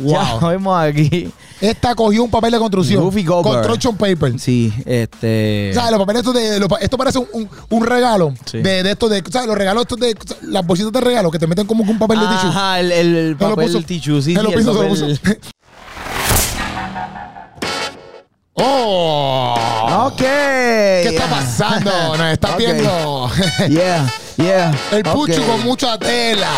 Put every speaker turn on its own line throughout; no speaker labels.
Wow.
Ya nos vemos aquí.
Esta cogió un papel de construcción.
Goofy Goldberg.
Construction paper.
Sí, este.
O sea, los papeles estos de. los pa- esto parece un, un- un regalo.
Sí.
De, de estos de. O sea, los regalos estos de. Las bolsitas de regalo que te meten como que un papel de tissue.
Ajá, el, el,
Se lo
papel
puso.
tissue, sí,
Se
sí,
lo
el
puso, se lo
papel-
puso. ¡Oh!
Ok. ¿Qué
¿Qué está pasando? Nos está viendo
Yeah, yeah.
el pucho
ok. Uh.
con mucha tela.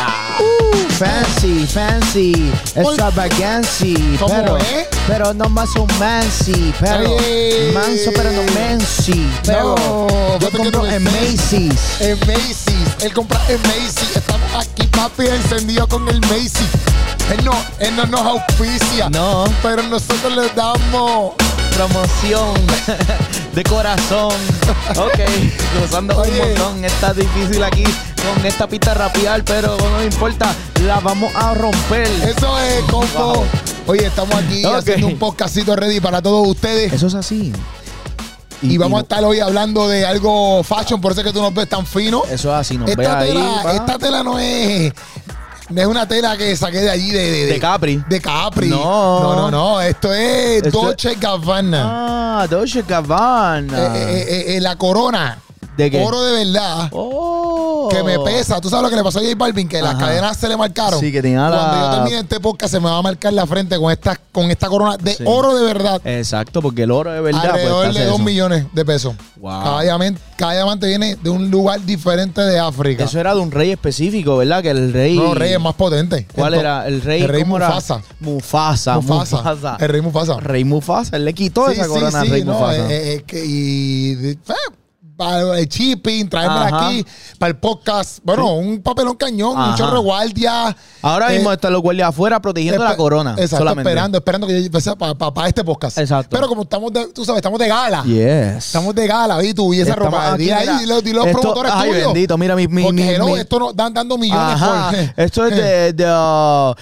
Fancy, fancy,
Ol-
extravagancy,
¿Cómo eh?
pero,
es?
pero no más un mancy, pero
Ay.
manso, pero no mancy, pero
No,
yo
fíjate que
compro
no
en
sé.
Macy's.
En Macy's, él compra en Macy's. Estamos aquí, papi, encendido con el Macy's. Él no, él no nos auspicia.
No.
Pero nosotros le damos.
Promoción de corazón. Ok, gozando
Oye.
un montón. Está difícil aquí con esta pista rapear, pero no importa, la vamos a romper.
Eso es, compo.
Wow.
Oye, estamos aquí
Ok.
haciendo un podcastito ready para todos ustedes.
Eso es así.
Y, vamos a
no-
estar hoy hablando de algo fashion, por eso es que tú nos ves tan fino.
Eso es así, nos ve
Esta
ahí.
tela,
pa.
esta tela no es. No es una tela que saqué de allí de, de,
De Capri.
De Capri.
No.
no, no. no. Esto es
Esto-
Dolce Gabbana.
Ah, Dolce Gabbana.
Eh, eh, eh, eh, la corona.
¿De qué?
Oro de verdad.
Oh.
Que me pesa. ¿Tú sabes lo que le pasó a J Balvin? Que las
Ajá.
cadenas se le marcaron.
Sí, que tenía la-
Cuando yo termine este podcast se me va a marcar la frente con esta, con esta corona de
Sí.
oro de verdad.
Exacto, porque el oro es verdad.
alrededor
pues, te
de
hace
2
eso.
millones de pesos.
Wow.
Cada, diamante, cada diamante viene de un lugar diferente de África.
Eso era de un rey específico, ¿verdad? Que el rey.
Uno de los reyes más potentes.
¿Cuál
Entonces,
era? El rey.
El rey
¿cómo era?
Mufasa.
Mufasa.
Mufasa.
Mufasa.
El rey Mufasa.
Rey Mufasa. Él le quitó esa corona al rey
no,
Mufasa.
eh, eh, que- y de- eh, para el shipping, traérmela
Ajá.
aquí para el podcast. Bueno, un papelón cañón, un
Ajá.
chorro de guardia.
Ahora
eh,
mismo están los guardias afuera protegiendo la
espe-
corona.
Exacto,
solamente.
esperando, esperando que yo para este podcast.
Exacto.
Pero como estamos de, tú sabes, estamos de gala.
Yes.
Estamos de gala, vi tú, y esa
Estamos
ropa.
aquí,
Dile ahí,
mira.
y los, y los
Esto-
promotores
Ay,
tuyos.
bendito, mira mi. mi,
Porque
mi-
hello,
mi-
esto nos dan dando millones
Ajá.
por. eh,
Esto es de, de uh,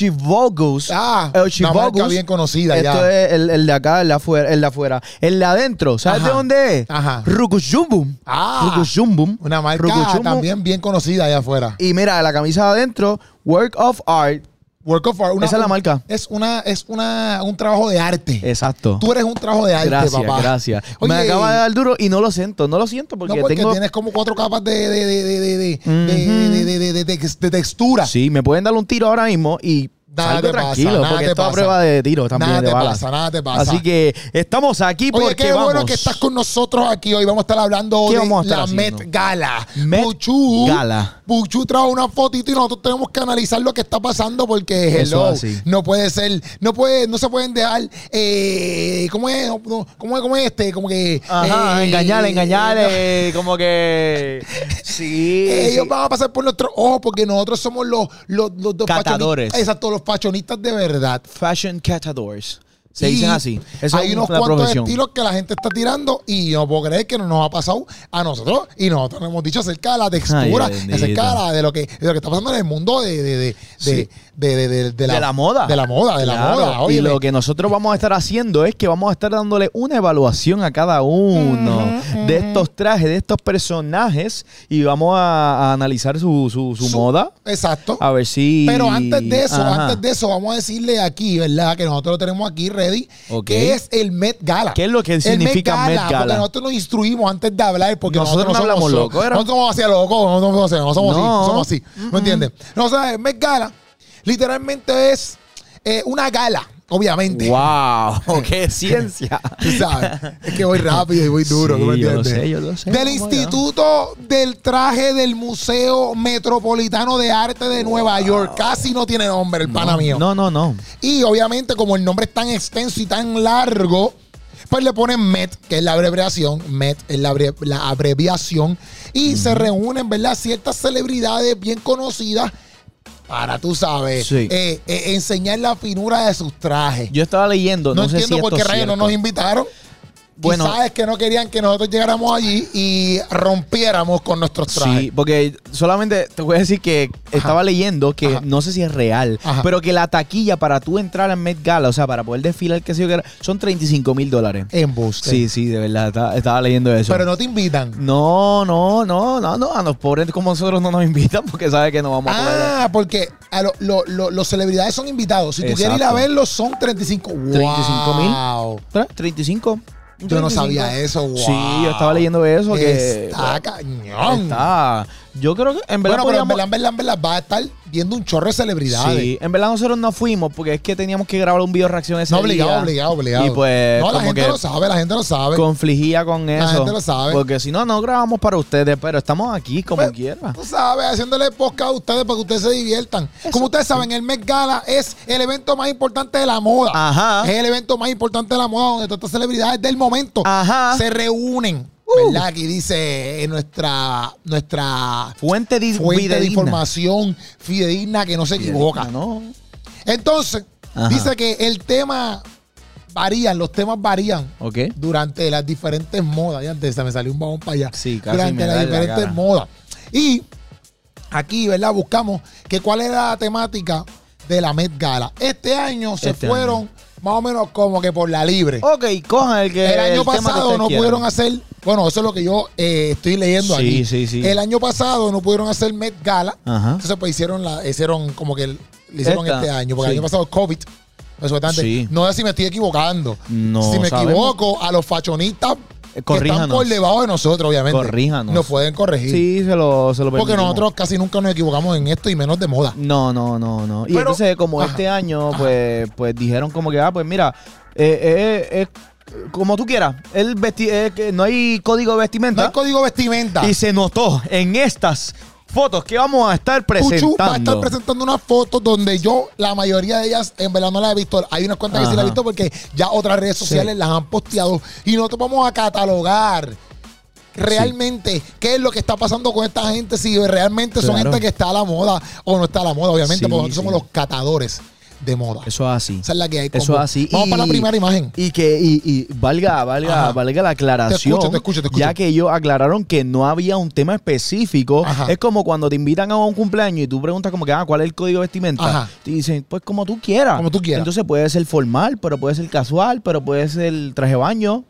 Oshivogos.
Ah, una marca bien conocida
Esto
ya.
es el, el de acá, el de afuera. El de, afuera. El de adentro, ¿sabes
Ajá.
de dónde es?
Ajá.
Rukushumbum.
Ah.
Rukushumbum.
Una marca
Rukushumbum.
también bien conocida allá afuera.
Y mira, la camisa de adentro, Work of Art.
Work of Art. una-
Esa es la
un-
marca.
Es, una, es una, un trabajo de arte.
Exacto.
Tú eres un trabajo de arte,
gracias,
papá.
gracias.
Oye,
Me acaba de dar duro y no lo siento, no lo siento porque,
no, porque
tengo...
tienes como cuatro capas de, de, de, de, de, de- de- de- de- de- de- de textura.
Sí, me pueden dar un tiro ahora mismo y
Nada
salgo
te pasa,
tranquilo
nada
porque
te
esto es a
pasa.
prueba de tiro también,
Nada
de
te
balas.
pasa, nada te pasa.
Así que estamos aquí porque
Oye, qué
vamos.
bueno que estás con nosotros aquí hoy. Vamos a estar hablando
¿Qué
de
vamos a estar
la
haciendo?
Met Gala.
Met Gala.
Puchu trajo una fotito y nosotros tenemos que analizar lo que está pasando porque
Eso
hello,
es así.
no puede ser, no puede, no se pueden dejar, eh, ¿cómo es? No, no, ¿Cómo es? ¿Cómo es este? Como que
Ajá,
eh,
engañarle,
no. Eh,
engañarle, como que... Sí.
Ellos
sí.
van a pasar por nuestros ojos porque nosotros somos los, los, los, los
Catadores.
fashionistas- Exacto, los pachonistas de verdad.
Fashion catadores. Se
Y
dicen así. Esa
hay
es
unos
una
cuantos
profesión.
estilos que la gente está tirando y yo no puedo creer que no nos ha pasado a nosotros. Y nosotros nos hemos dicho acerca de la textura,
Ay, bendito.
acerca de, la- de lo que, de lo que está pasando en el mundo de, de, de, de,
Sí.
de- de- de- de
de la moda.
De la moda, de la
Claro,
moda. Oye,
y lo que nosotros vamos a estar haciendo es que vamos a estar dándole una evaluación a cada uno de estos trajes, de estos personajes y vamos a, a analizar su, su, su
Su-
moda.
Exacto.
A ver si.
Pero antes de eso,
Ajá.
antes de eso, vamos a decirle aquí, ¿verdad? Que nosotros lo tenemos aquí ready.
Ok.
¿Qué es el Met Gala?
¿Qué es lo que
El
significa Met Gala?
Porque nosotros nos instruimos antes de hablar porque nosotros,
Nosotros no hablamos
somos
loco, era-
Nosotros somos así a loco, no somos así, no somos
No.
así, somos así. ¿Me entiendes? No, o sea, el Met Gala literalmente es eh, una gala, obviamente.
¡Wow! ¡Qué ciencia!
Tú sabes, es que voy rápido y voy duro,
Sí,
¿tú me
yo lo
entiendes?
sé, yo lo sé.
Del
Oh my God.
Instituto del Traje del Museo Metropolitano de Arte de Nueva York. Casi no tiene nombre el pana mío.
No, no, no.
Y obviamente, como el nombre es tan extenso y tan largo, pues le ponen MET, que es la abreviación. MET es la, abre- la abreviación. Y se reúnen, ¿verdad? Ciertas celebridades bien conocidas para, tú sabes,
Sí.
eh, eh, enseñar la finura de sus trajes.
Yo estaba leyendo.
no
No, sé
entiendo
si
por
esto
qué
es
rayos no
cierto.
nos invitaron.
Bueno.
Quizás es que no querían que nosotros llegáramos allí y rompiéramos con nuestros trajes.
Sí, porque solamente te voy a decir que estaba leyendo que
Ajá.
no sé si es real,
Ajá.
pero que la taquilla para tú entrar al Met Gala, o sea, para poder desfilar, qué sé yo, qué era, son 35 mil dólares.
En busca.
Sí, sí, de verdad, estaba, estaba leyendo eso.
Eh, Pero no te invitan.
no, no, no, no, no, a los pobres como nosotros no nos invitan porque sabe que no vamos a poder.
Ah, porque a lo- lo- lo- los celebridades son invitados. Si tú quieres ir a
Exacto.
verlos, son 35.
35.000.
Wow.
¿Tra- 35.
Yo no sabía eso. Wow.
Sí, yo estaba leyendo eso que eh,
Está cañón.
Está. Yo creo que en verdad
Bueno, pero
podíamos-
en verdad, en verdad, en verdad, va a estar viendo un chorro de celebridades.
Sí, en verdad nosotros no fuimos porque es que teníamos que grabar un video de reacción ese
No, obligado,
día.
obligado, obligado.
Y pues
no, la
como
gente
que
lo sabe, la gente lo sabe.
confligía con eso.
Pues, gente lo sabe.
Porque si no, no grabamos para ustedes, pero estamos aquí como
Pues,
quiera.
Tú sabes, haciéndole podcast a ustedes para que ustedes se diviertan. Como ustedes saben, el Met Gala es el evento más importante de la moda.
Ajá.
Es el evento más importante de la moda donde todas estas celebridades del momento
Ajá. Uh.
se reúnen. ¿Verdad? Aquí dice eh, nuestra, nuestra
Fuente, de
fuente
fidedigna.
de información fidedigna que no se equivoca.
No.
Entonces,
Ajá.
dice que el tema varían, los temas varían
Ok.
durante las diferentes modas. Y antes se me salió un vagón para allá.
Sí, casi
Durante
me da
las
en la
diferentes
cara.
modas. Y aquí, ¿verdad? Buscamos que cuál era la temática de la Met Gala. Este año se
Este
fueron más o menos como que por la libre.
Ok, cojan el que
El año
tema que
pasado
ustedes
no
quieran.
pudieron hacer, bueno, eso es lo que yo eh, estoy leyendo
Sí,
aquí.
sí, sí. Ah.
El año pasado no pudieron hacer Met Gala,
Ajá.
entonces pues hicieron la, hicieron como que el- le hicieron
Esta,
este año, porque
sí.
el año pasado COVID. pues, supuestamente,
Sí.
No sé si me estoy equivocando.
No
si me
sabemos. Eh,
equivoco, a los fachonistas que están
corríjanos.
por debajo de nosotros, obviamente.
Corríjanos.
Nos pueden corregir.
Sí, se lo, se lo
porque
permitimos.
nosotros casi nunca nos equivocamos en esto y menos de moda.
No, no, no, no. Y
Pero-
entonces, como
Ajá,
este año, pues, pues dijeron como que, ah, pues mira, eh, eh, eh, como tú quieras, el vesti eh, que no hay código de
No
vestimenta.
hay código vestimenta.
y se notó en estas fotos que vamos a estar
Puchu
presentando.
va a estar presentando unas fotos donde yo, la mayoría de ellas, en verdad no las he visto. Hay unas cuantas que sí
Ajá.
las he visto porque ya otras redes sociales las han posteado. Y nosotros vamos a catalogar realmente qué es lo que está pasando con esta gente, si realmente son
Claro.
gente que está a la moda o no está a la moda, obviamente,
Sí,
porque nosotros somos
sí.
los catadores de moda.
Eso es así.
Esa es la que hay.
Eso
combo.
es así.
Vamos
Y-
para la primera imagen.
Y que y, y valga, valga,
Ajá.
valga la aclaración.
Te escucho, te escucho, te escucho.
Ya que ellos aclararon que no había un tema específico.
Ajá.
Es como cuando te invitan a un cumpleaños y tú preguntas como que, ah, ¿cuál es el código de vestimenta?
Ajá.
Te dicen, pues como tú quieras.
Como tú quieras.
Entonces puede ser formal, pero puede ser casual, pero puede ser traje de baño.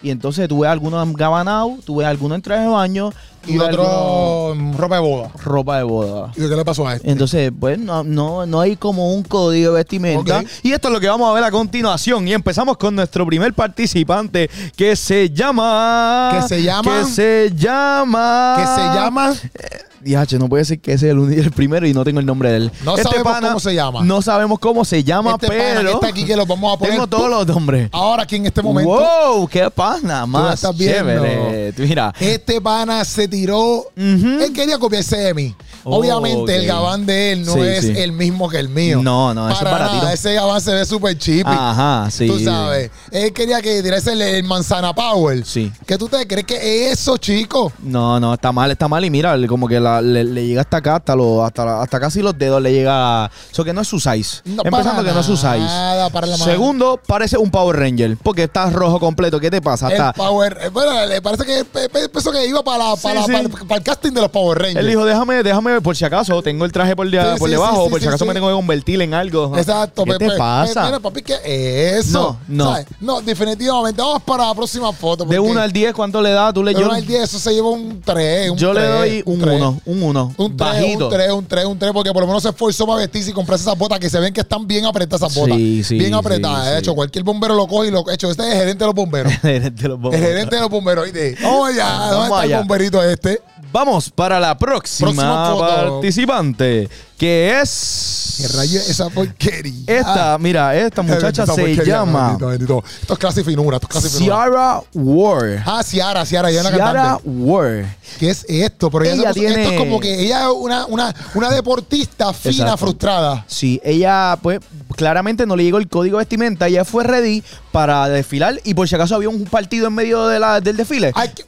Y entonces tú ves algunos gabanao, tú ves algunos en traje de baño. tú
Y
ves algunos
otro mm, ropa de boda.
ropa de boda.
¿Y qué le pasó a este?
Entonces, pues no, no, no hay como un código de vestimenta.
Ok.
Y esto es lo que vamos a ver a continuación. Y empezamos con nuestro primer participante que se llama.
Que se llama-
Que se llama.
que se
ah,
llama este
Diache, no puede ser que ese es el, uni- el primero y no tengo el nombre de él. Este
No sabemos cómo se llama.
No sabemos cómo se llama,
este pana
pero.
que está aquí que lo vamos a poner
tengo todos los nombres.
ahora aquí en este momento.
¡Wow! ¡Qué pana!
Tú la
Más
estás
chévere. Tú Mira.
Este pana se tiró.
Ujú.
Él quería copiarse de mí.
Oh,
Obviamente, el
ok.
gabán de él no
Sí,
es
sí.
el mismo que el mío.
No, no, eso es
Para nada,
baratito.
Ese gabán se ve súper chippy.
Ajá, sí.
Tú sabes. Él quería que tirase el, el manzana power.
Sí.
¿Qué tú te crees que es eso, chico?
No, no, está mal, está mal. Y mira, le- como que la- le, le llega hasta acá, hasta, lo, hasta, la- hasta casi los dedos le llega. Eso que no es su size.
No,
Empezando
para
que no es su size.
nada, para la madre.
Segundo, parece un Power Ranger. Porque está rojo completo. ¿Qué te pasa? Está,
El Power. eh, Bueno, le parece que pe- pe- pensó que iba para, la-
Sí,
para, la-
sí.
para el- para el casting de los Power Rangers.
él dijo, déjame, déjame, por si acaso, tengo el traje por, de-
Sí,
por
sí,
debajo,
sí,
por
sí,
si acaso
sí.
me tengo que convertir en algo.
Exacto.
¿Qué
pe-
te
pe- pe- Mira,
pasa?
papi, ¿qué es eso?
No, no.
¿Sabes? No, definitivamente. Vamos para la próxima foto.
De
pues, porque
1 al 10, ¿cuánto le da? Tú le
de
yo,
uno al 10, eso se lleva un 3. Un
yo le
tres,
doy un
tres.
1, un 1.
Un 3,
Bajito.
un 3, un 3, un 3, porque por lo menos se esforzó para vestirse y comprarse esas botas que se ven que están bien apretadas esas
Sí,
botas.
sí,
bien apretadas.
sí,
de
sí.
hecho, cualquier bombero lo coge y lo. De hecho, este es el gerente de los bomberos.
Te lo pongo.
el gerente de los bomberos. Oye, vamos allá. ¿Dónde
Vamos
está
allá.
el bomberito este?
Vamos para la
Próxima
próxima
foto.
participante, que es...
Que rayo es esa porquería.
Esta, mira, esta muchacha
Esa
se
porquería,
llama
bendito, bendito. Esto es clase y finura. Esto es clase y finura.
Ciara Ward.
Ah, Ciara, Ciara, ella es la
Ciara
cantante.
Ward.
¿Qué es esto? Pero ella,
Ella
se puso-
tiene-
Esto es como que ella es una, una, una deportista fina,
Exacto.
frustrada.
Sí, ella, pues, claramente no le llegó el código de vestimenta. Ella fue ready para desfilar y por si acaso había un partido en medio de la, del desfile.
Ay, que-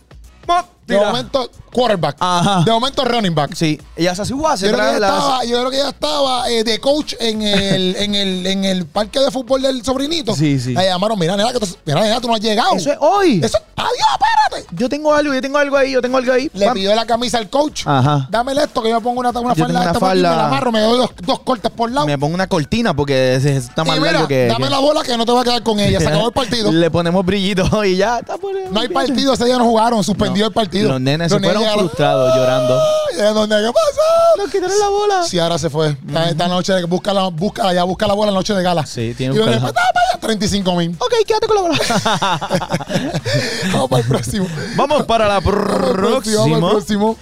¡Mop!
De
Tira.
momento, quarterback.
Ajá.
De momento, running back.
Sí, ella se hace igual, se
Yo creo,
trae
que ella
la-
estaba, yo creo que ella estaba eh, de coach en el, en, el, en el parque de fútbol del sobrinito.
Sí, sí.
La llamaron, mira, nena, que tú, mira, nena, tú no has llegado.
Eso es hoy.
Eso- adiós, espérate.
Yo tengo algo, yo tengo algo ahí, yo tengo algo ahí.
Le
Pam.
pidió la camisa al coach.
Ajá.
Dámele esto que yo me pongo una, una
Yo tengo
falda de
una
esta por aquí, me la
falda-
amarro, me doy dos, dos cortes por lado.
Me pongo una cortina porque ese está más
y mira,
largo que.
dame
que-
la bola que no te va a quedar con ella. Se acabó el partido.
Le ponemos brillito y ya está por
No hay partido, ese día no jugaron, suspendió
No.
el partido.
Los nenes se fueron
llegaron,
frustrados,
"Ay,
llorando".
¿de dónde? ¿Qué pasó?
Nos quitaron la bola.
Si ahora se fue. Esta- Esta noche busca la, busca, ya busca la bola la noche de gala.
Sí, tiene
y
que
donde,
buscarla.
"Ah, vaya, 35 mil.
Ok, quédate con la bola.
Vamos para el próximo.
Vamos para la
Vamos para el próximo, vamos para
próxima.
el próximo.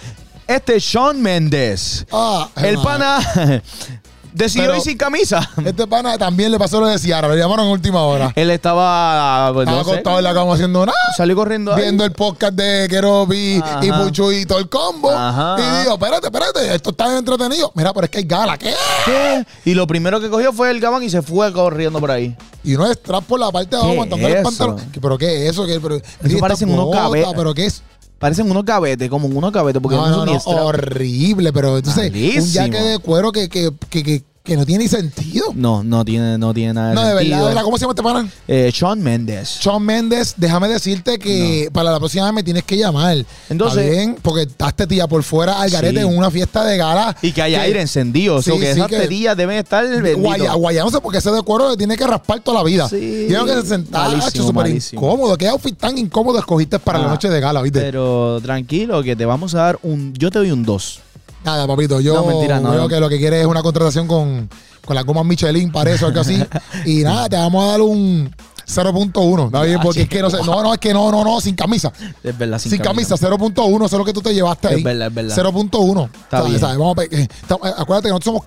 Este es Sean Méndez.
Ah,
El
ah.
pana decidió
Pero-
ir sin camisa.
Este pana también le pasó lo de Ciara, lo llamaron en última hora.
Él estaba. pues, no
Estaba
sé,
acostado en la cama haciendo nada.
Salió corriendo ahí.
Viendo el podcast de Keropi y
Ajá.
Puchu y todo el combo.
Ajá.
Y digo, espérate, espérate, esto está bien entretenido. Mira, pero es que hay gala, ¿qué?
¿Qué? Y lo primero que cogió fue el gabán y se fue corriendo por ahí.
Y uno es trap por la parte de abajo
¿Qué
aguantando el
es
pantalón.
eso?
¿Qué- ¿Pero qué es eso? ¿Qué, pero, mira,
parecen
esta
unos
bota,
cabe-
¿Pero qué es?
Parecen unos gavetes, como unos gavetes, porque
No,
no,
no,
son
no,
ni straps.
horrible, pero entonces
Malísimo.
un jaque de cuero que, que, que, que, que no tiene ni sentido.
No, no tiene, no tiene nada de
No, de verdad,
sentido.
de verdad, ¿cómo se llama este pana?
Eh, Shawn Mendes.
Sean Méndez, déjame decirte que para la próxima vez me tienes que llamar.
Entonces-
¿Está bien? Porque estás este tía por fuera al
Sí.
garete en una fiesta de gala.
Y que haya aire encendido. o
Sí,
sea, que
sí,
esas
que-
tetillas deben estar
Guaya,
benditas.
guayándose porque ese de cuero le tiene que raspar toda la vida.
Sí.
Tiene que se sentaba,
Malísimo,
hecho súper
malísimo.
incómodo. Qué outfit tan incómodo escogiste para la
Ah,
noche de gala, ¿viste?
Pero tranquilo, que te vamos a dar un. Yo te doy un 2.
Nada, papito, yo
No, mentira, no,
creo
no.
que lo que quieres es una contratación con, con la goma Michelin para eso, algo así. y nada, te vamos a dar un 0.1. ¿Está bien?
Ah,
Porque es
chico.
que no sé. No, no, es que no, no, no, sin camisa.
Es verdad, sin,
Sin, camisa, 0.1, eso es lo que tú te llevaste
Es
ahí.
verdad, es verdad.
0.1.
Está
¿Sabes?
bien.
¿Sabes? Vamos a pe- eh, estamos- eh, acuérdate que nosotros somos.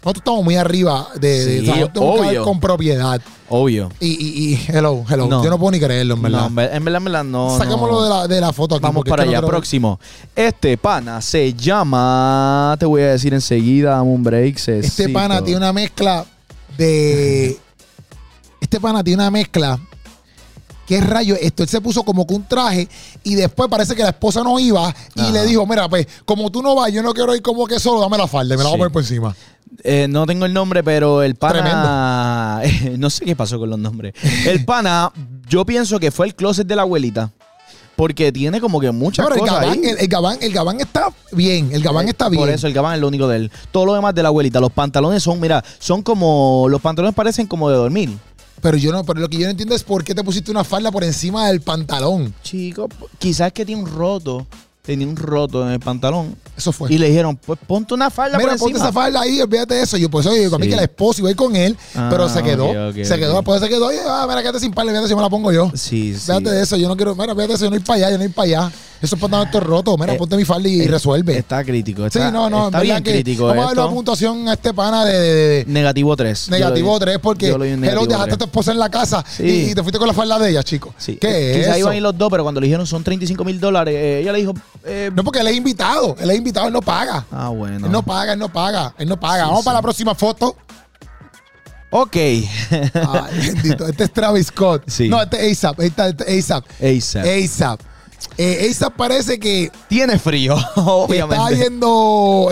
Nosotros estamos muy arriba de. de-
Sí,
¿sabes? Nosotros tenemos que
obvio.
hablar con propiedad.
Obvio.
Y, y, y- hello, hello.
No.
Yo no puedo ni creerlo, en
No,
verdad.
en ver- en verdad, en verdad, no. no.
Saquémoslo de, la, de la foto aquí.
Vamos
porque es
para
que no
allá,
quiero-
próximo. Este pana se llama. Te voy a decir enseguida, dame un break.
Este pana tiene una mezcla de. Este pana tiene una mezcla. ¿Qué rayo es esto? Él se puso como que un traje y después parece que la esposa no iba y
Ajá.
le dijo: Mira, pues, como tú no vas, yo no quiero ir como que solo, dame la falda, y me la
Sí.
voy a poner por encima.
Eh, no tengo el nombre, pero el pana. Eh, no sé qué pasó con los nombres. El pana, yo pienso que fue el closet de la abuelita. Porque tiene como que muchas
Pero el
cosas
gabán,
ahí. Eh,
el, el gabán, el gabán está bien, el gabán está bien.
Por eso el gabán es lo único de él. Todo lo demás de la abuelita. Los pantalones son, mira, son como. Los pantalones parecen como de dormir.
Pero yo no, pero lo que yo no entiendo es por qué te pusiste una falda por encima del pantalón.
Chico, quizás que tiene un roto. Tenía un roto en el pantalón.
Eso fue.
Y le dijeron, pues ponte una falda
Mira,
por
ponte
encima.
esa falda ahí, olvídate de eso. Yo, pues, oye, para mí
Sí.
que la esposa iba a ir con él,
Ah,
pero se quedó.
ok, ok,
se quedó,
ok.
después se quedó. Oye, ah, mira, quédate sin falda, fíjate si me la pongo yo.
Sí, sí.
Fíjate de eso, yo no quiero, mira, fíjate de eso, yo no ir para allá, yo no ir para allá. Esos pantalones todos rotos, mira,
Eh,
ponte mi falda y
Eh,
resuelve.
Está crítico.
Sí,
Está,
no, no, en
está
verdad
bien
que
crítico.
Vamos a darle
esto.
una puntuación a este pana de- de- de,
Negativo 3.
Negativo 3 porque
Yo le doy un
hello,
negativo
dejaste a
tres.
tu esposa en la casa
Sí.
y, y te fuiste con la falda de ella, chico.
Sí. eh,
¿Qué es
Quizás
eso?
iban a ir los dos, pero cuando le dijeron son 35 mil dólares, eh, ella le dijo. eh,
No, porque él es invitado. Él es invitado, él no paga.
Ah, bueno.
Él no paga, él no paga, él no paga.
Sí,
Vamos
sí.
para la próxima foto.
ok.
Ay, bendito. Este es Travis Scott.
Sí.
No, este es ASAP. Este este es ASAP.
ASAP.
ASAP. Eh, ASAP parece que
Tiene frío,
estaba
obviamente.
viendo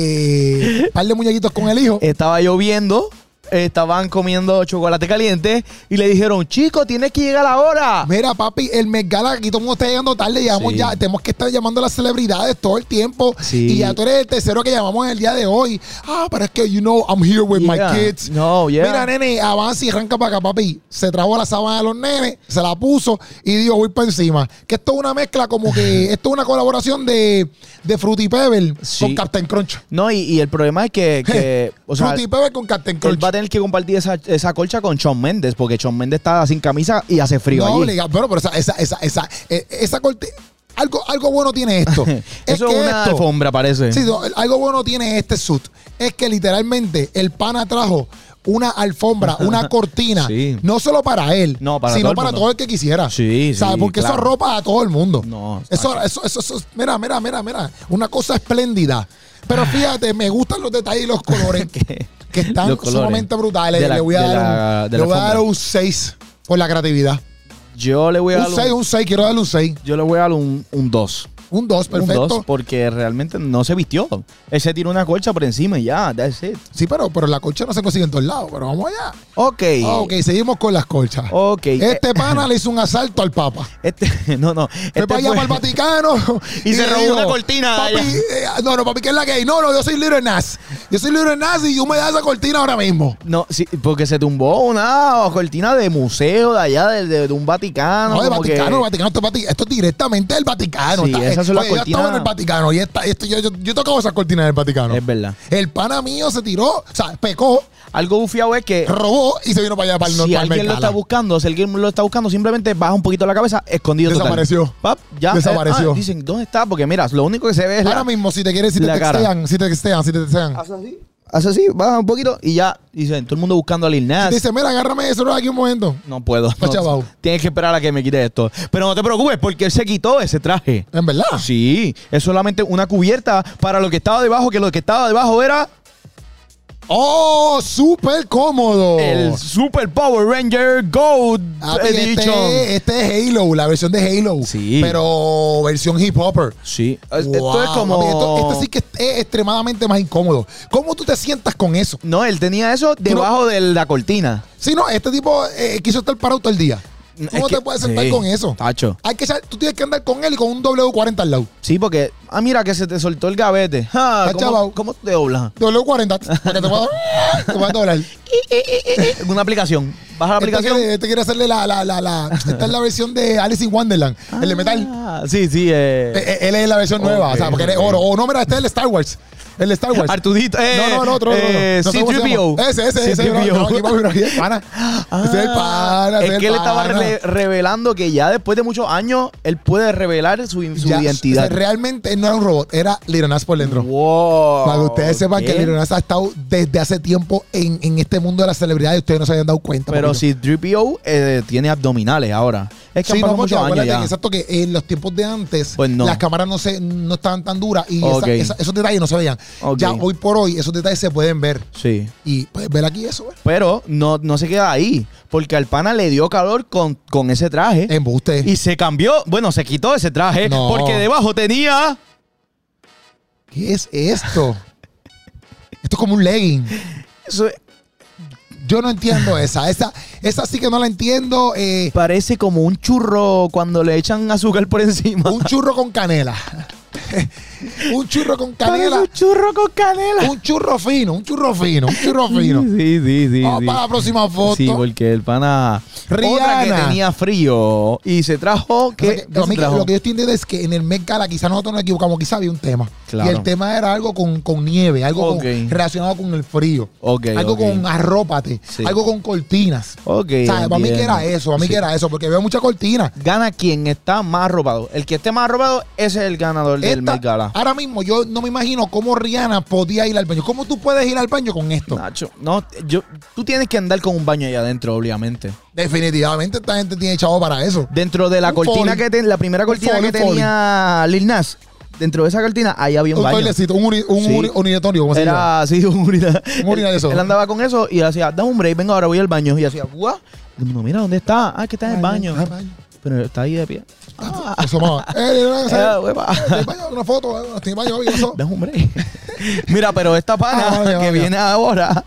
este par de muñequitos con el hijo.
Estaba lloviendo, estaban comiendo chocolate caliente y le dijeron, chico, tienes que llegar ahora.
Mira, papi, el Met Gala, aquí todo el mundo está llegando tarde. Llamamos
Sí.
ya, tenemos que estar llamando a las celebridades todo el tiempo.
Sí.
Y ya tú eres el tercero que llamamos en el día de hoy. Ah, pero es que, you know, I'm here with
Yeah.
my kids.
No, yeah.
Mira, nene, avanza y arranca para acá, papi. Se trajo la sábana de los nenes, se la puso y dijo, voy para encima. Que esto es una mezcla como que, esto es una colaboración de, de Fruity Pebble
Sí.
con Captain Crunch.
No, y, y el problema es que, que, o sea,
Fruity Pebble con Captain Crunch.
él va a tener que compartir esa, esa colcha con Sean Méndez, porque Sean Méndez está sin camisa y hace frío
No,
allí.
obligado. Pero, pero esa, esa, esa, esa, eh, esa corte. Algo, algo bueno tiene esto.
Eso es,
que
una
esto-
alfombra, parece.
Sí, no, algo bueno tiene este suit. Es que literalmente el pana trajo una alfombra, una cortina,
Sí.
no solo para él,
No, para
sino
todo el
para
mundo.
todo el que quisiera.
Sí,
¿Sabes?
sí,
Porque eso
claro.
ropa a todo el mundo.
No, está
eso, eso, eso, eso- mira, mira, mira, mira. Una cosa espléndida.
Ah.
Pero fíjate, me gustan los detalles y los colores
¿Qué?
que están
Los colores.
sumamente brutales.
De la-
le voy a
de
dar,
la-
un,
de
le
la
voy a dar
alfombra.
un 6 por la creatividad.
Yo le voy a
Un
dar
6, un 6, quiero darle un 6.
yo le voy a dar un 2.
Un 2,
Un
perfecto.
2 porque realmente no se vistió. Él se tiró una colcha por encima y ya, that's it.
Sí, pero, pero la colcha no se consigue en todos lados, pero vamos allá.
Ok.
Ah, ok, seguimos con las colchas.
Ok.
Este pana le hizo un asalto al Papa.
Este, no, no.
Fue
este
para allá
fue-
para el Vaticano.
Y se
le
robó una cortina de
Papi, eh, no, no, papi, que es la gay. No, no, yo soy Little Nas. Yo soy Little Nas y yo me da esa cortina ahora mismo.
No, sí, porque se tumbó una cortina de museo de allá, de, de- de un Vaticano.
No, el
Ah, como que-
Vaticano, el Vaticano, esto, es Vati- esto es directamente del Vaticano. eh,
Sí, esas son las
oye, yo
cortinas.
estaba en el Vaticano y esta- esto- yo, yo, yo tocaba esas cortinas del Vaticano.
Es verdad.
El pana mío se tiró, o sea, pecó,
Algo bufiado es que
robó y se vino para allá para el
si
norte. para el
alguien lo
Mercala.
está buscando, si alguien lo está buscando, simplemente baja un poquito la cabeza, escondido total.
Desapareció.
Pap, ya.
Desapareció.
eh, ah, dicen, ¿dónde está? Porque mira, lo único que se ve es la-
Ahora mismo, si te quieres, si te
la cara. Ah,
textean, si te textean, si te textean.
Hace así. Hace así, baja un poquito y ya. Dicen, todo el mundo buscando a Lil Nas.
Te dice, mira, agárrame eso aquí un momento.
no puedo. no-
chaval.
tienes que esperar a que me quite esto. Pero no te preocupes, porque él se quitó ese traje.
En verdad.
Sí, es solamente una cubierta para lo que estaba debajo, que lo que estaba debajo era
¡Oh! ¡Súper cómodo!
el Super Power Ranger Gold
Oh. Ah, mira,
Edition.
este, este es Halo, la versión de Halo.
Sí.
Pero versión hip hopper.
Sí, es- esto
Wow,
es como...
papi, esto, esto sí que es extremadamente más incómodo. ¿Cómo tú te sientas con eso?
No, él tenía eso debajo de la cortina.
Si no, este tipo eh, quiso estar parado todo el día. ¿Cómo
Mm, Es
te
que-
puedes sentar
sí,
con eso?
Tacho.
Hay que, sa- tú tienes que andar con él y con un W40 al lado.
Sí, porque... Ah, mira que se te soltó el gavete. Ah,
Ah, chaval.
¿cómo, ¿Cómo te doblas?
W40, porque te voy a, te voy a doblar.
Una aplicación. Baja la
Este
aplicación.
quiere, este quiere hacerle la, la, la, la- Esta es la versión de Alice in Wonderland, el de metal.
Ah, sí, sí. Eh.
Eh, eh, Él es la versión
Ok,
nueva, o sea, porque él es
ok.
oro. O no, mira, este es el de Star Wars. El de Star Wars.
Artudito. Eh,
No, no, no, otro, otro,
eh,
otro. No sé cómo se
C-3PO.
llama. Ese, ese, ese. bro.
C-3PO.
No, aquí, papi, bro, aquí es pana. Ese es el pana, ese
es
el
que él estaba
pana.
rele- revelando que ya después de muchos años él puede revelar su, su
Ya, o
identidad.
sea, realmente él no era un robot, era Lil Nas por dentro.
Wow.
Para que ustedes sepan que
¿Qué?
Lil Nas ha estado desde hace tiempo en, en este mundo de las celebridades y ustedes no se habían dado cuenta.
Pero
papito.
si 3PO eh, tiene abdominales ahora. Es que
Sí,
han pasado
no, porque
muchos años
acuérdate
ya.
que exacto que en los tiempos de antes
Pues no.
las cámaras no se no estaban tan duras y esa-
Ok.
esa- esos detalles no se veían.
Ok.
Ya hoy por hoy esos detalles se pueden ver.
Sí.
Y puedes ver aquí eso, ¿eh?
Pero no, no se queda ahí. Porque al pana le dio calor con, con ese traje.
Embuste.
¿Eh? y se cambió. Bueno, se quitó ese traje.
Eh. No.
Porque debajo tenía.
¿Qué es esto? esto es como un legging.
Eso
Yo no entiendo esa. Esa, esa sí que no la entiendo. eh,
parece como un churro cuando le echan azúcar por encima.
un churro con canela. un churro con
Parece
canela.
un churro con canela.
Un churro fino, un churro fino, un churro fino.
Sí, sí, sí.
Vamos
sí.
para la próxima foto.
Sí, porque el pana. Otra que
Rihanna.
tenía frío. Y se trajo.
O sea,
¿Qué, qué
que- lo, a
se
mí que-
trajo?
lo que yo estoy entendiendo es que en el Met Gala quizás nosotros nos equivocamos, quizás había un tema.
Claro.
Y el tema era algo con, con nieve, algo con-
Ok.
relacionado con el frío.
Ok,
algo
ok.
con arrópate,
Sí.
algo con cortinas.
Ok,
O sea, para mí que
entiendo.
era eso, para mí
Sí.
que era eso, porque veo muchas cortinas.
Gana quien está más arropado. El que esté más arropado, ese es el ganador del
Esta- Ah,
Met Gala.
Ahora mismo yo no me imagino cómo Rihanna podía ir al baño. ¿Cómo tú puedes ir al baño con esto?
Nacho, no, yo, tú tienes que andar con un baño ahí adentro, obviamente.
Definitivamente esta gente tiene chavo para eso.
Dentro de la
Un
cortina
foley.
que ten- la primera
Un
cortina
foley,
que
un
tenía Lil Nas, dentro de esa cortina, ahí había un,
Un
baño.
toilecito, un, uri- un
Sí.
uri- urinatorio, ¿cómo se llama?
Era así, un urina.
Un urina de eso.
Él, él andaba con eso y hacía, dame un break, venga, ahora voy al baño. Y hacía, guau. Y uno, mira, ¿dónde está? Ah, que está en el baño.
Ah, baño.
Pero está ahí de pie. Ah,
Eso más. Eh, eh, eh,
ah, hueva.
Estoy en baño, una foto, eh, estoy en baño, baby, eso.
Dame un break. Mira, pero esta pana
Ah, vale,
que
vale.
viene ahora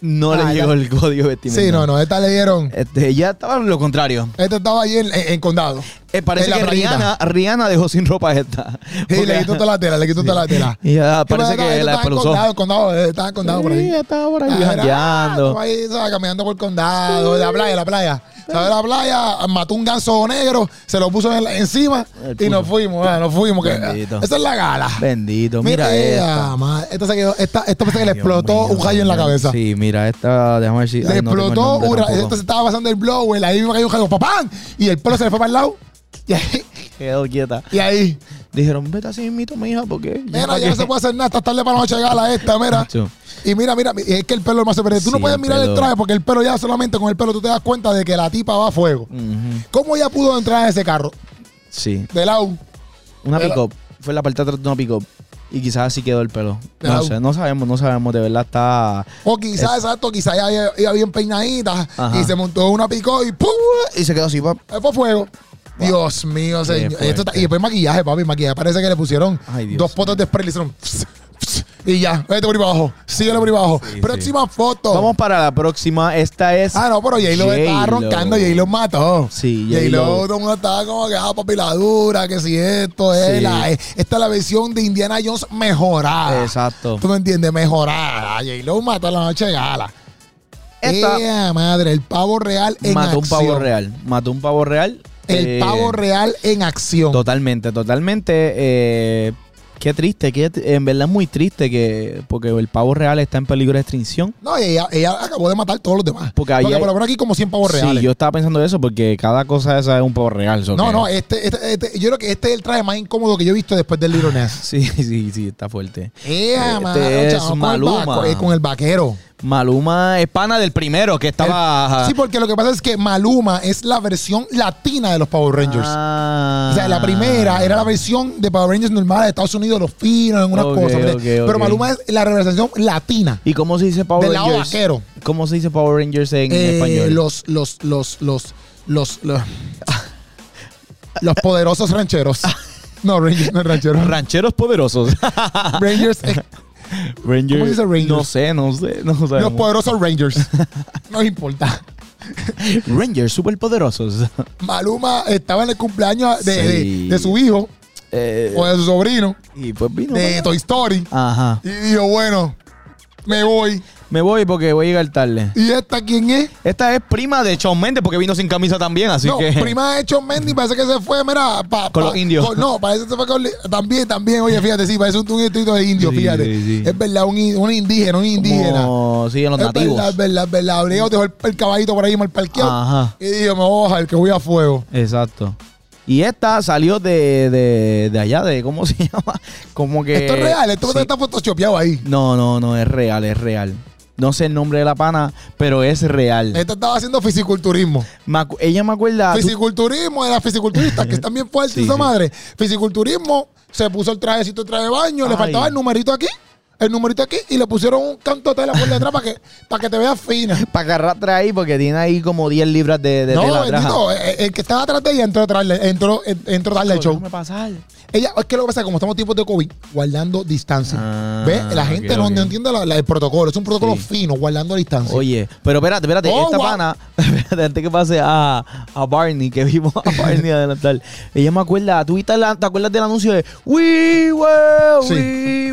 no
Ah,
le llegó el código de vestimenta.
Sí, no, no, esta le dieron.
Este, ella estaba en lo contrario.
Esta estaba ahí en, en- en condado.
Eh, parece
En la
que
playita.
Rihanna, Rihanna dejó sin ropa esta.
Sí, le
Porque-
quitó toda la tela, le quitó toda la tela.
Y ya parece
Sí, pero esta-
que la
esta estaba en
espeluzó.
condado, condado, eh, Estaba en condado por
Sí,
ahí.
ella estaba por ahí
Ah, era,
jangueando.
ah, estaba ahí, ¿sabes? Caminando por el condado, la playa, la playa. ¿Sabes? La playa mató un ganso negro, se lo puso en la- encima
El
y
puso.
nos fuimos, ah, nos fuimos. Que,
Bendito.
esa es la gala.
Bendito, mira, esta.
ella, ma, esta se quedó, esta, esta parece que le
Dios
explotó
mío,
un rayo en la
señor.
cabeza.
Sí, mira, esta, déjame ver si. ay,
Le
no tengo el
explotó
nombre
un rayo.
tampoco.
Esto se estaba pasando el blower, ahí me cayó un rayo, ¡papam! Y el pelo se le fue para el lado. Y ahí,
Quedó quieta.
y ahí.
Dijeron, vete así mismito, mija, porque.
Mira, ya no se puede hacer nada. Está tarde para la noche de gala esta, mira.
Nacho.
Y mira, mira, mi- es que el pelo más se pierde. Tú
Sí,
no puedes
el
mirar el
pelo.
traje porque el pelo ya solamente con el pelo tú te das cuenta de que la tipa va a fuego.
Ujú,
¿Cómo ella pudo entrar en ese carro?
Sí,
De lado.
una
Era-
pick-up. Fue la parte de atrás de una pick-up. Y quizás así quedó el pelo. No
Au.
sé, no sabemos, no sabemos. De verdad está.
O quizás, exacto, quizás ella iba- iba bien peinadita
Ajá.
y se montó en una picó y ¡pum!
Y se quedó así, pap.
Ahí Fue fuego. Dios mío, señor.
fuerte.
Esto está- y después maquillaje, papi, maquillaje. Parece que le pusieron
Ay, Dios
dos potas de spray y le hicieron. Y ya, vete por ahí para abajo. Síguele por ahí para abajo.
Sí,
Próxima foto.
Oh. Vamos para la próxima. Esta es.
Ah, no, pero J-Lo estaba
J-Lo.
roncando, J-Lo mató.
Sí,
J-Lo
J-Lo.
todo el mundo estaba como que, ah, papi, la dura, que si esto es
Sí.
la... eh, Esta es la versión de Indiana Jones mejorada.
Exacto.
¿Tú me entiendes? Mejorada. J-Lo mató a la noche de gala.
Esta-
Ea, madre, el pavo real en
Mató un
acción.
pavo real. Mató un pavo real.
El
Eh,
pavo real en acción.
Totalmente, totalmente. eh, qué triste, qué, tr- en verdad es muy triste que porque el pavo real está en peligro de extinción.
No, y ella, ella acabó de matar todos los demás.
Porque ahí hay-
por lo menos aquí como 100 pavos
Sí,
reales.
yo estaba pensando eso porque cada cosa esa es un pavo real. so
No,
que-
no, este, este- este- yo creo que este es el traje más incómodo que yo he visto después del Little Ness.
Sí, sí, sí, está fuerte.
Ea,
Este
mano,
es
chaval, con el
Maluma.
vaco- eh, con el vaquero.
Maluma es pana del primero que estaba.
El- sí, porque lo que pasa es que Maluma es la versión latina de los Power Rangers.
Ah.
O sea, la primera era la versión de Power Rangers normal de Estados Unidos, los finos, en unas
Ok,
cosas. ¿verdad?
ok,
Pero
ok.
Maluma es la representación latina
¿Y cómo se dice Power
del lado
Rangers?
vaquero.
¿Cómo se dice Power Rangers en
Eh,
español?
los, los, los, los, los, los, los poderosos rancheros. No, Rangers, no rancheros.
Rancheros poderosos.
Rangers, eh,
Rangers.
¿Cómo se dice Rangers?
No sé, no sé, no
los
sabemos.
poderosos Rangers. No importa.
Rangers superpoderosos.
Maluma estaba en el cumpleaños de, de-
Sí.
de su hijo
Eh,
o de su sobrino
y pues vino.
de
¿verdad?
Toy Story.
Ajá.
Y dijo, bueno, me voy.
Me voy porque voy a llegar tarde.
¿Y esta quién es?
Esta es prima de Shawn Mendes porque vino sin camisa también, así
no,
que.
prima de Shawn Mendes parece que se fue, mira, pa-
Con
pa-
los indios.
con- no, parece que se fue con li- también, también, oye, fíjate, sí, parece un, un distrito de indios,
Sí,
fíjate.
sí, sí.
Es verdad, un, in- un indígena, un indígena.
Como, sí, en los
es
nativos.
verdad, es verdad, es verdad. Obligado dejó el, el caballito por ahí mal parqueado.
Ajá.
Y dijo, me voy a bajar, que voy a fuego.
Exacto. Y esta salió de, de, de allá, de ¿cómo se llama? Como que.
esto es real, esto
Sí.
está photoshopeado ahí.
No, no, no, es real, es real. No sé el nombre de la pana, pero es real.
Esta estaba haciendo fisiculturismo.
Me acu- ella me acuerda. Ah, tú-
Fisiculturismo de las fisiculturistas, que están bien fuertes,
Sí,
esa
sí.
madre. Fisiculturismo, se puso el trajecito, el traje de baño, le
Ay.
faltaba el numerito aquí, el numerito aquí, y le pusieron un canto de tela por detrás para que, para que te veas fina.
Para que arrastre ahí, porque tiene ahí como 10 libras de, de
no,
tela atrás.
bendito, el, el que estaba atrás de ella entró atrás, entró, entró a darle el show.
Déjame pasar.
Ella, es que lo que pasa, como estamos en tiempos de COVID, guardando distancia.
Ah,
¿Ves? La gente
ok,
no,
ok.
no entiende la- la- el protocolo, es un protocolo
Sí.
fino, guardando distancia.
Oye, pero espérate, espérate,
Oh,
esta
guau.
pana, espérate, antes que pase a, a Barney, que vimos a Barney adelantar, ella me acuerda, ¿tú viste la- te acuerdas del anuncio de We Were,
Sí.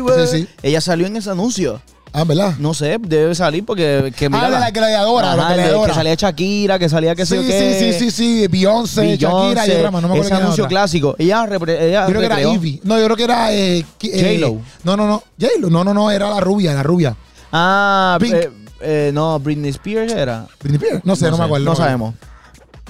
We Were?
Sí, sí.
Ella salió en ese anuncio.
Ah, ¿verdad?
No sé, debe salir porque... Que
Ah, de la gladiadora,
Ajá,
la
de-
gladiadora.
Que salía Shakira, que salía que
sí,
sé yo
sí,
qué.
sí, sí, sí, Beyoncé, Shakira y
Beyoncé,
otra más, no me acuerdo
ese
quién era
anuncio
otra.
clásico. Ella, repre- ella
Yo creo que era
Ah, recreó.
Ivy. No, yo creo que era eh, qui- eh,
J-Lo.
No, no, no. J-Lo. No, no, no. Era la rubia, la rubia.
Ah,
Pink.
eh, eh, no, Britney Spears era.
Britney Spears. No sé, no, me acuerdo.
No
me acuerdo.
sabemos.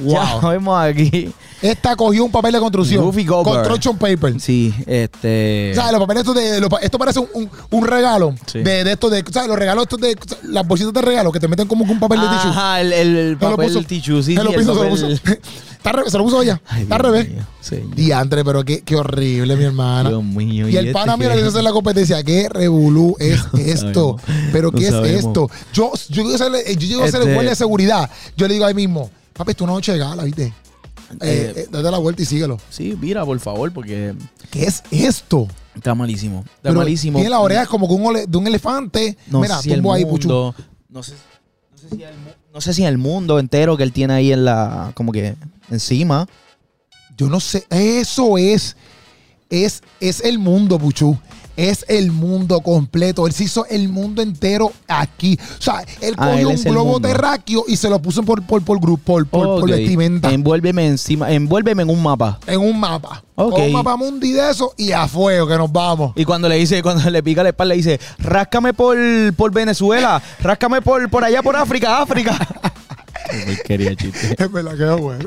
Ya
Wow.
lo vemos aquí.
Esta cogió un papel de construcción.
Goofy Goldberg.
Construction paper.
Sí, este.
O sea, los papeles estos de. los pa- esto parece un, un- un regalo.
Sí.
De, de estos de. O sea, los regalos estos de. Las bolsitas de regalo que te meten como que un papel de tissue.
Ajá, el, el, el
Se lo
papel
puso.
del tissue, sí,
se, lo
sí, el
puso, se lo puso.
papel-
Está al revés, se lo puso ella.
Ay,
Está al
Dios
revés.
mío, señor.
Diantre, pero qué, qué horrible, mi hermana.
Dios mío.
Y el
este
pana,
que-
mira, le dice hacer la competencia. ¿Qué revolú es esto?
sabemos,
¿Pero
no
qué es
sabemos.
esto? Yo, yo, llego a hacerle- yo llego a hacer el
Este-
guardia de seguridad. Yo le digo ahí mismo, papi, tú no llegas, la viste. Eh,
Eh,
eh, date la vuelta y síguelo.
Sí, mira, por favor, porque
¿Qué es esto?
está malísimo. Está
Pero
malísimo.
Tiene las orejas como que un ole- de un elefante.
No
mira,
sé si el
tumbó ahí, puchu.
mundo. No sé, no sé si el mu- no sé si el mundo entero que él tiene ahí en la. como que encima.
Yo no sé. Eso es. Es, es el mundo, Puchu. Es el mundo completo. Él se hizo el mundo entero aquí. O sea, él
Ah,
cogió
él
un
es el
globo
mundo.
terráqueo y se lo puso por, por, por, grupo, por, por, por
Ok. Em.
vestimenta.
Envuélveme encima, envuélveme en un mapa.
en un mapa.
Ok.
Con un mapa mundi de eso y a fuego que nos vamos.
Y cuando le dice, cuando le pica la espalda, le dice, ráscame por, por Venezuela, ráscame por, por allá por África, África. Qué porquería chiste.
Es verdad que es bueno.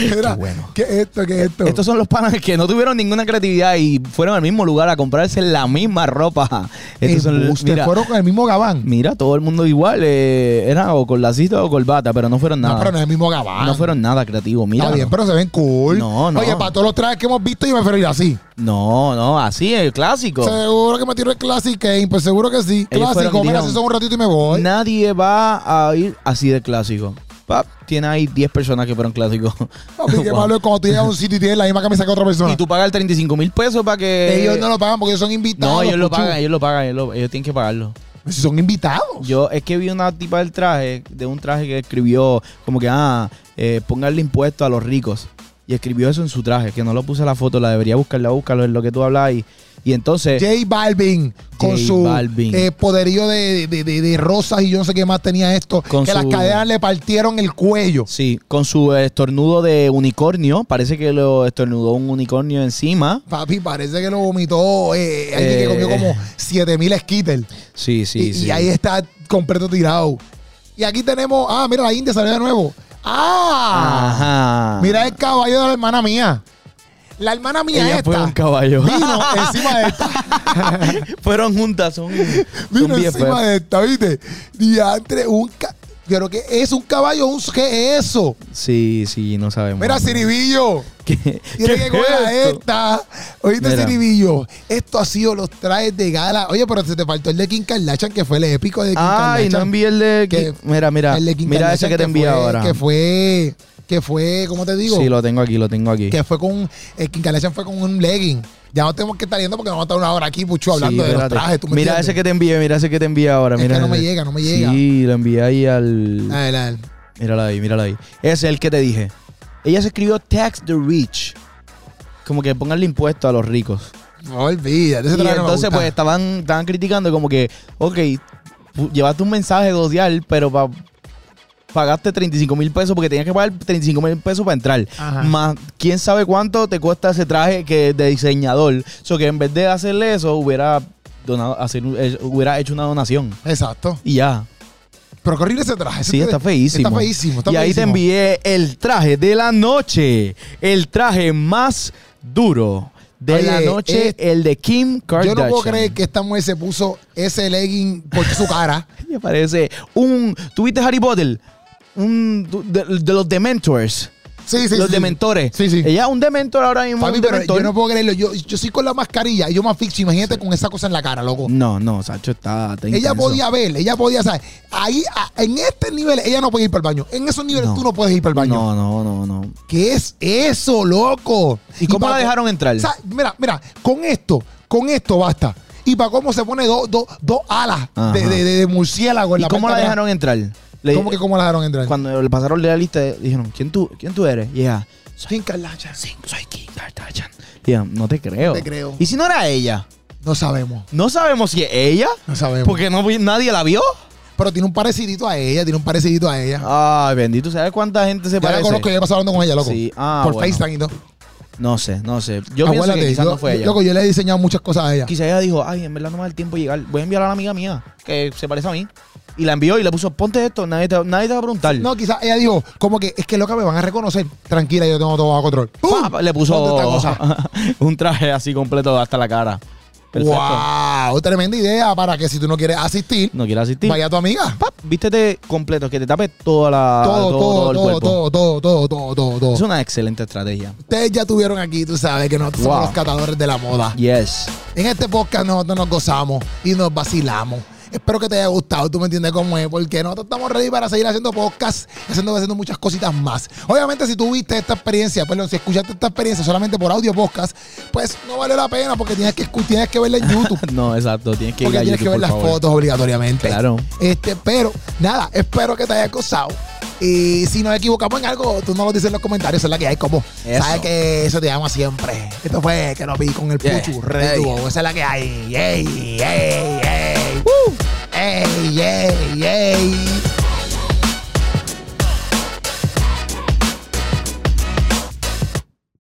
Era,
bueno.
¿Qué es esto? ¿Qué es esto?
Estos son los panas que no tuvieron ninguna creatividad y fueron al mismo lugar a comprarse la misma ropa. Estos son los-
Embuste,
mira,
fueron con el mismo gabán.
mira, todo el mundo igual. eh, era o corsacito o corbata, pero no fueron
No,
nada.
pero no
No,
es el mismo gabán.
fueron nada creativos, mira.
Está bien, pero se ven cool.
No, no.
Oye, para todos los trajes que hemos visto, yo me prefiero ir así.
No, no, así, el clásico.
Seguro que me tiro el Classic Game, pues seguro que sí.
Ellos fueron
Clásico,
y
mira,
dijeron,
si son un ratito y me voy.
Nadie va a ir así de clásico. Pap, tiene ahí 10 personas que fueron clásicos.
Papi, qué
Wow.
malo es cuando tú llegas a un sitio y tienes la misma camisa que otra persona.
Y tú pagas el 35 mil pesos para que.
Ah. ellos no lo pagan porque ellos son invitados.
No, ellos lo
puchu.
pagan, ellos lo pagan, ellos, lo- ellos tienen que pagarlo.
Si son invitados.
Yo es que vi una tipa del traje, de un traje que escribió como que, ah, eh, pónganle impuesto a los ricos. Y escribió eso en su traje, que no lo puse la foto, la debería buscar, la búscalo, es lo que tú hablas. Y, y entonces,
J Balvin con
eh, J
su
Balvin.
eh, poderío de, de- de- de rosas y yo no sé qué más tenía esto.
Con
que las
su-
cadenas le partieron el cuello.
sí, con su estornudo de unicornio, parece que lo estornudó un unicornio encima.
Papi, parece que lo vomitó eh, alguien que
Eh.
comió como 7000 skittles.
Sí, sí,
y, y
sí.
ahí está completo tirado. Y aquí tenemos, ah, mira, la India salió de nuevo. ¡Ah!
Ajá.
Mira el caballo de la hermana mía. La hermana mía
Ella
esta
fue un caballo.
vino encima de esta.
Fueron juntas, son, son
Vino
BFF.
encima de esta, ¿viste? Diantre, un ca- Pero que es un caballo, un ¿qué es eso?
Sí, sí, no sabemos.
Mira, Ciribillo.
¿Qué- qué
Tiene que
es
coger a este,
esto?
esta. Oíste,
Mira.
Ciribillo. Esto ha sido los trajes de gala. Oye, pero se te faltó el de Kim Kardashian, que fue el épico de Kim
Ay,
Kardashian.
no envié el de...
Que-
mira, mira.
El de Kim
Mira ese
Kardashian
que te envié
fue-
ahora.
Que fue, que fue, ¿cómo te digo?
Sí, lo tengo aquí, lo tengo aquí.
Que fue con, eh, Kim Kardashian fue con un legging. Ya no tenemos que estar yendo porque vamos a estar una hora aquí, Pucho,
Sí,
hablando de los
espérate.
trajes. ¿tú me
mira
entiendes?
ese que te envié, mira ese que te envié ahora.
Es
mira
que no me
ese.
llega, no me llega. Ah.
Sí, lo envié ahí al...
A ver, a ver.
Mírala ahí, mírala ahí. Ese es el que te dije. Ella se escribió Tax the Rich. Como que ponganle impuesto a los ricos.
No olvídate, ese
Y
traje no me
entonces,
gusta.
pues, estaban, estaban criticando como que, ok, pu- llevaste un mensaje social, pero pa- pagaste 35 mil pesos porque tenías que pagar 35 mil pesos para entrar.
Ajá.
Más, quién sabe cuánto te cuesta ese traje que de diseñador. O so que en vez de hacerle eso, hubiera, donado, hacer, un- eh, hubiera hecho una donación.
Exacto.
Y ya.
Pero qué horrible ese traje. ese
Sí,
te-
está feísimo.
Está feísimo. está
y ahí te
feísimo.
envié el traje de la noche. El traje más duro de
Oye,
la noche.
eh,
el de Kim
Yo
Kardashian.
no puedo creer que esta mujer se puso ese legging por su cara.
Me parece un. ¿Tuviste Harry Potter? Un, de, de los Dementors.
Sí, sí,
los
sí.
Dementores.
Sí, sí.
Ella es un Dementor ahora mismo.
Papi,
un
pero
dementor.
yo no puedo creerlo. Yo, yo soy con la mascarilla y yo me asfixio. Imagínate con esa cosa en la cara, loco.
no, no, Sacho está. está
Ella
intenso.
podía ver, ella podía saber. Ahí, a- en este nivel, ella no puede ir para el baño. En esos niveles
No.
tú no puedes ir para el baño.
No, no, no, no.
¿Qué es eso, loco?
¿Y cómo
pa-
la dejaron entrar?
O sea, mira, mira, con esto, con esto basta. Y para cómo se pone dos dos dos alas
Ajá.
de, de- de- de murciélago en
¿Y
la
cómo la
parte de
dejaron
atrás.
entrar? Le-
¿Cómo que cómo la dejaron entrar?
Cuando le pasaron la lista, dijeron: ¿Quién tú, quién tú eres? Y ella: Soy,
Sin Kardashian.
sí, soy Kim Kardashian. Y ella, no te creo.
No te creo.
¿Y si no era ella?
No sabemos,
No sabemos si es ella.
no sabemos.
Porque no, vi- nadie la vio.
Pero tiene un parecidito a ella, tiene un parecidito a ella.
Ay, bendito. ¿Sabes cuánta gente se
ya la
Ah, parece?
conozco, yo he pasado hablando con ella, loco.
Sí, ah,
por
bueno.
FaceTime y todo.
No sé, no sé. Yo pienso
Acuérdate,
que quizás
yo-
no fue
yo-
ella.
Loco, yo le he diseñado muchas cosas a ella.
Quizás ella dijo, ay, en verdad no me da el tiempo de llegar. Voy a enviar a la amiga mía, que se parece a mí. Y la envió y le puso, ponte esto, nadie te, nadie te va a preguntar.
No, quizás ella dijo, como que es que loca me van a reconocer. Tranquila, yo tengo todo bajo control.
Pa,
¡Pum!
pa, le
Ponte esta
puso
cosa.
un traje así completo hasta la cara. Perfecto.
¡Wow! Tremenda idea para que si tú no quieres asistir,
No quiere asistir.
vaya tu amiga.
Pap, vístete completo, que te tape toda la,
Todo, todo,
el
todo,
cuerpo.
todo, todo, todo, todo, todo,
Es una excelente estrategia.
Ustedes ya tuvieron aquí, tú sabes que nosotros somos
Wow.
los catadores de la moda.
Yes.
En este podcast nosotros nos gozamos y nos vacilamos. Espero que te haya gustado, tú me entiendes cómo es, porque nosotros estamos ready para seguir haciendo podcast, haciendo, haciendo muchas cositas más. Obviamente, si tuviste esta experiencia, perdón, si escuchaste esta experiencia solamente por audio podcast, pues no vale la pena porque tienes que, escu- tienes que verla en YouTube.
No, exacto. Tienes que ir
Porque
a
tienes
YouTube,
que ver
por
las
favor.
fotos obligatoriamente.
Claro.
Este, pero, nada, espero que te haya gozado. Y si nos equivocamos en algo, tú nos lo dices en los comentarios, es la que hay como.
Eso.
Sabes que eso te llama siempre. Esto fue que nos vi con el
Yeah.
Puchu, Red
Ey.
Duo, esa es la que hay. Ey, ey, ey.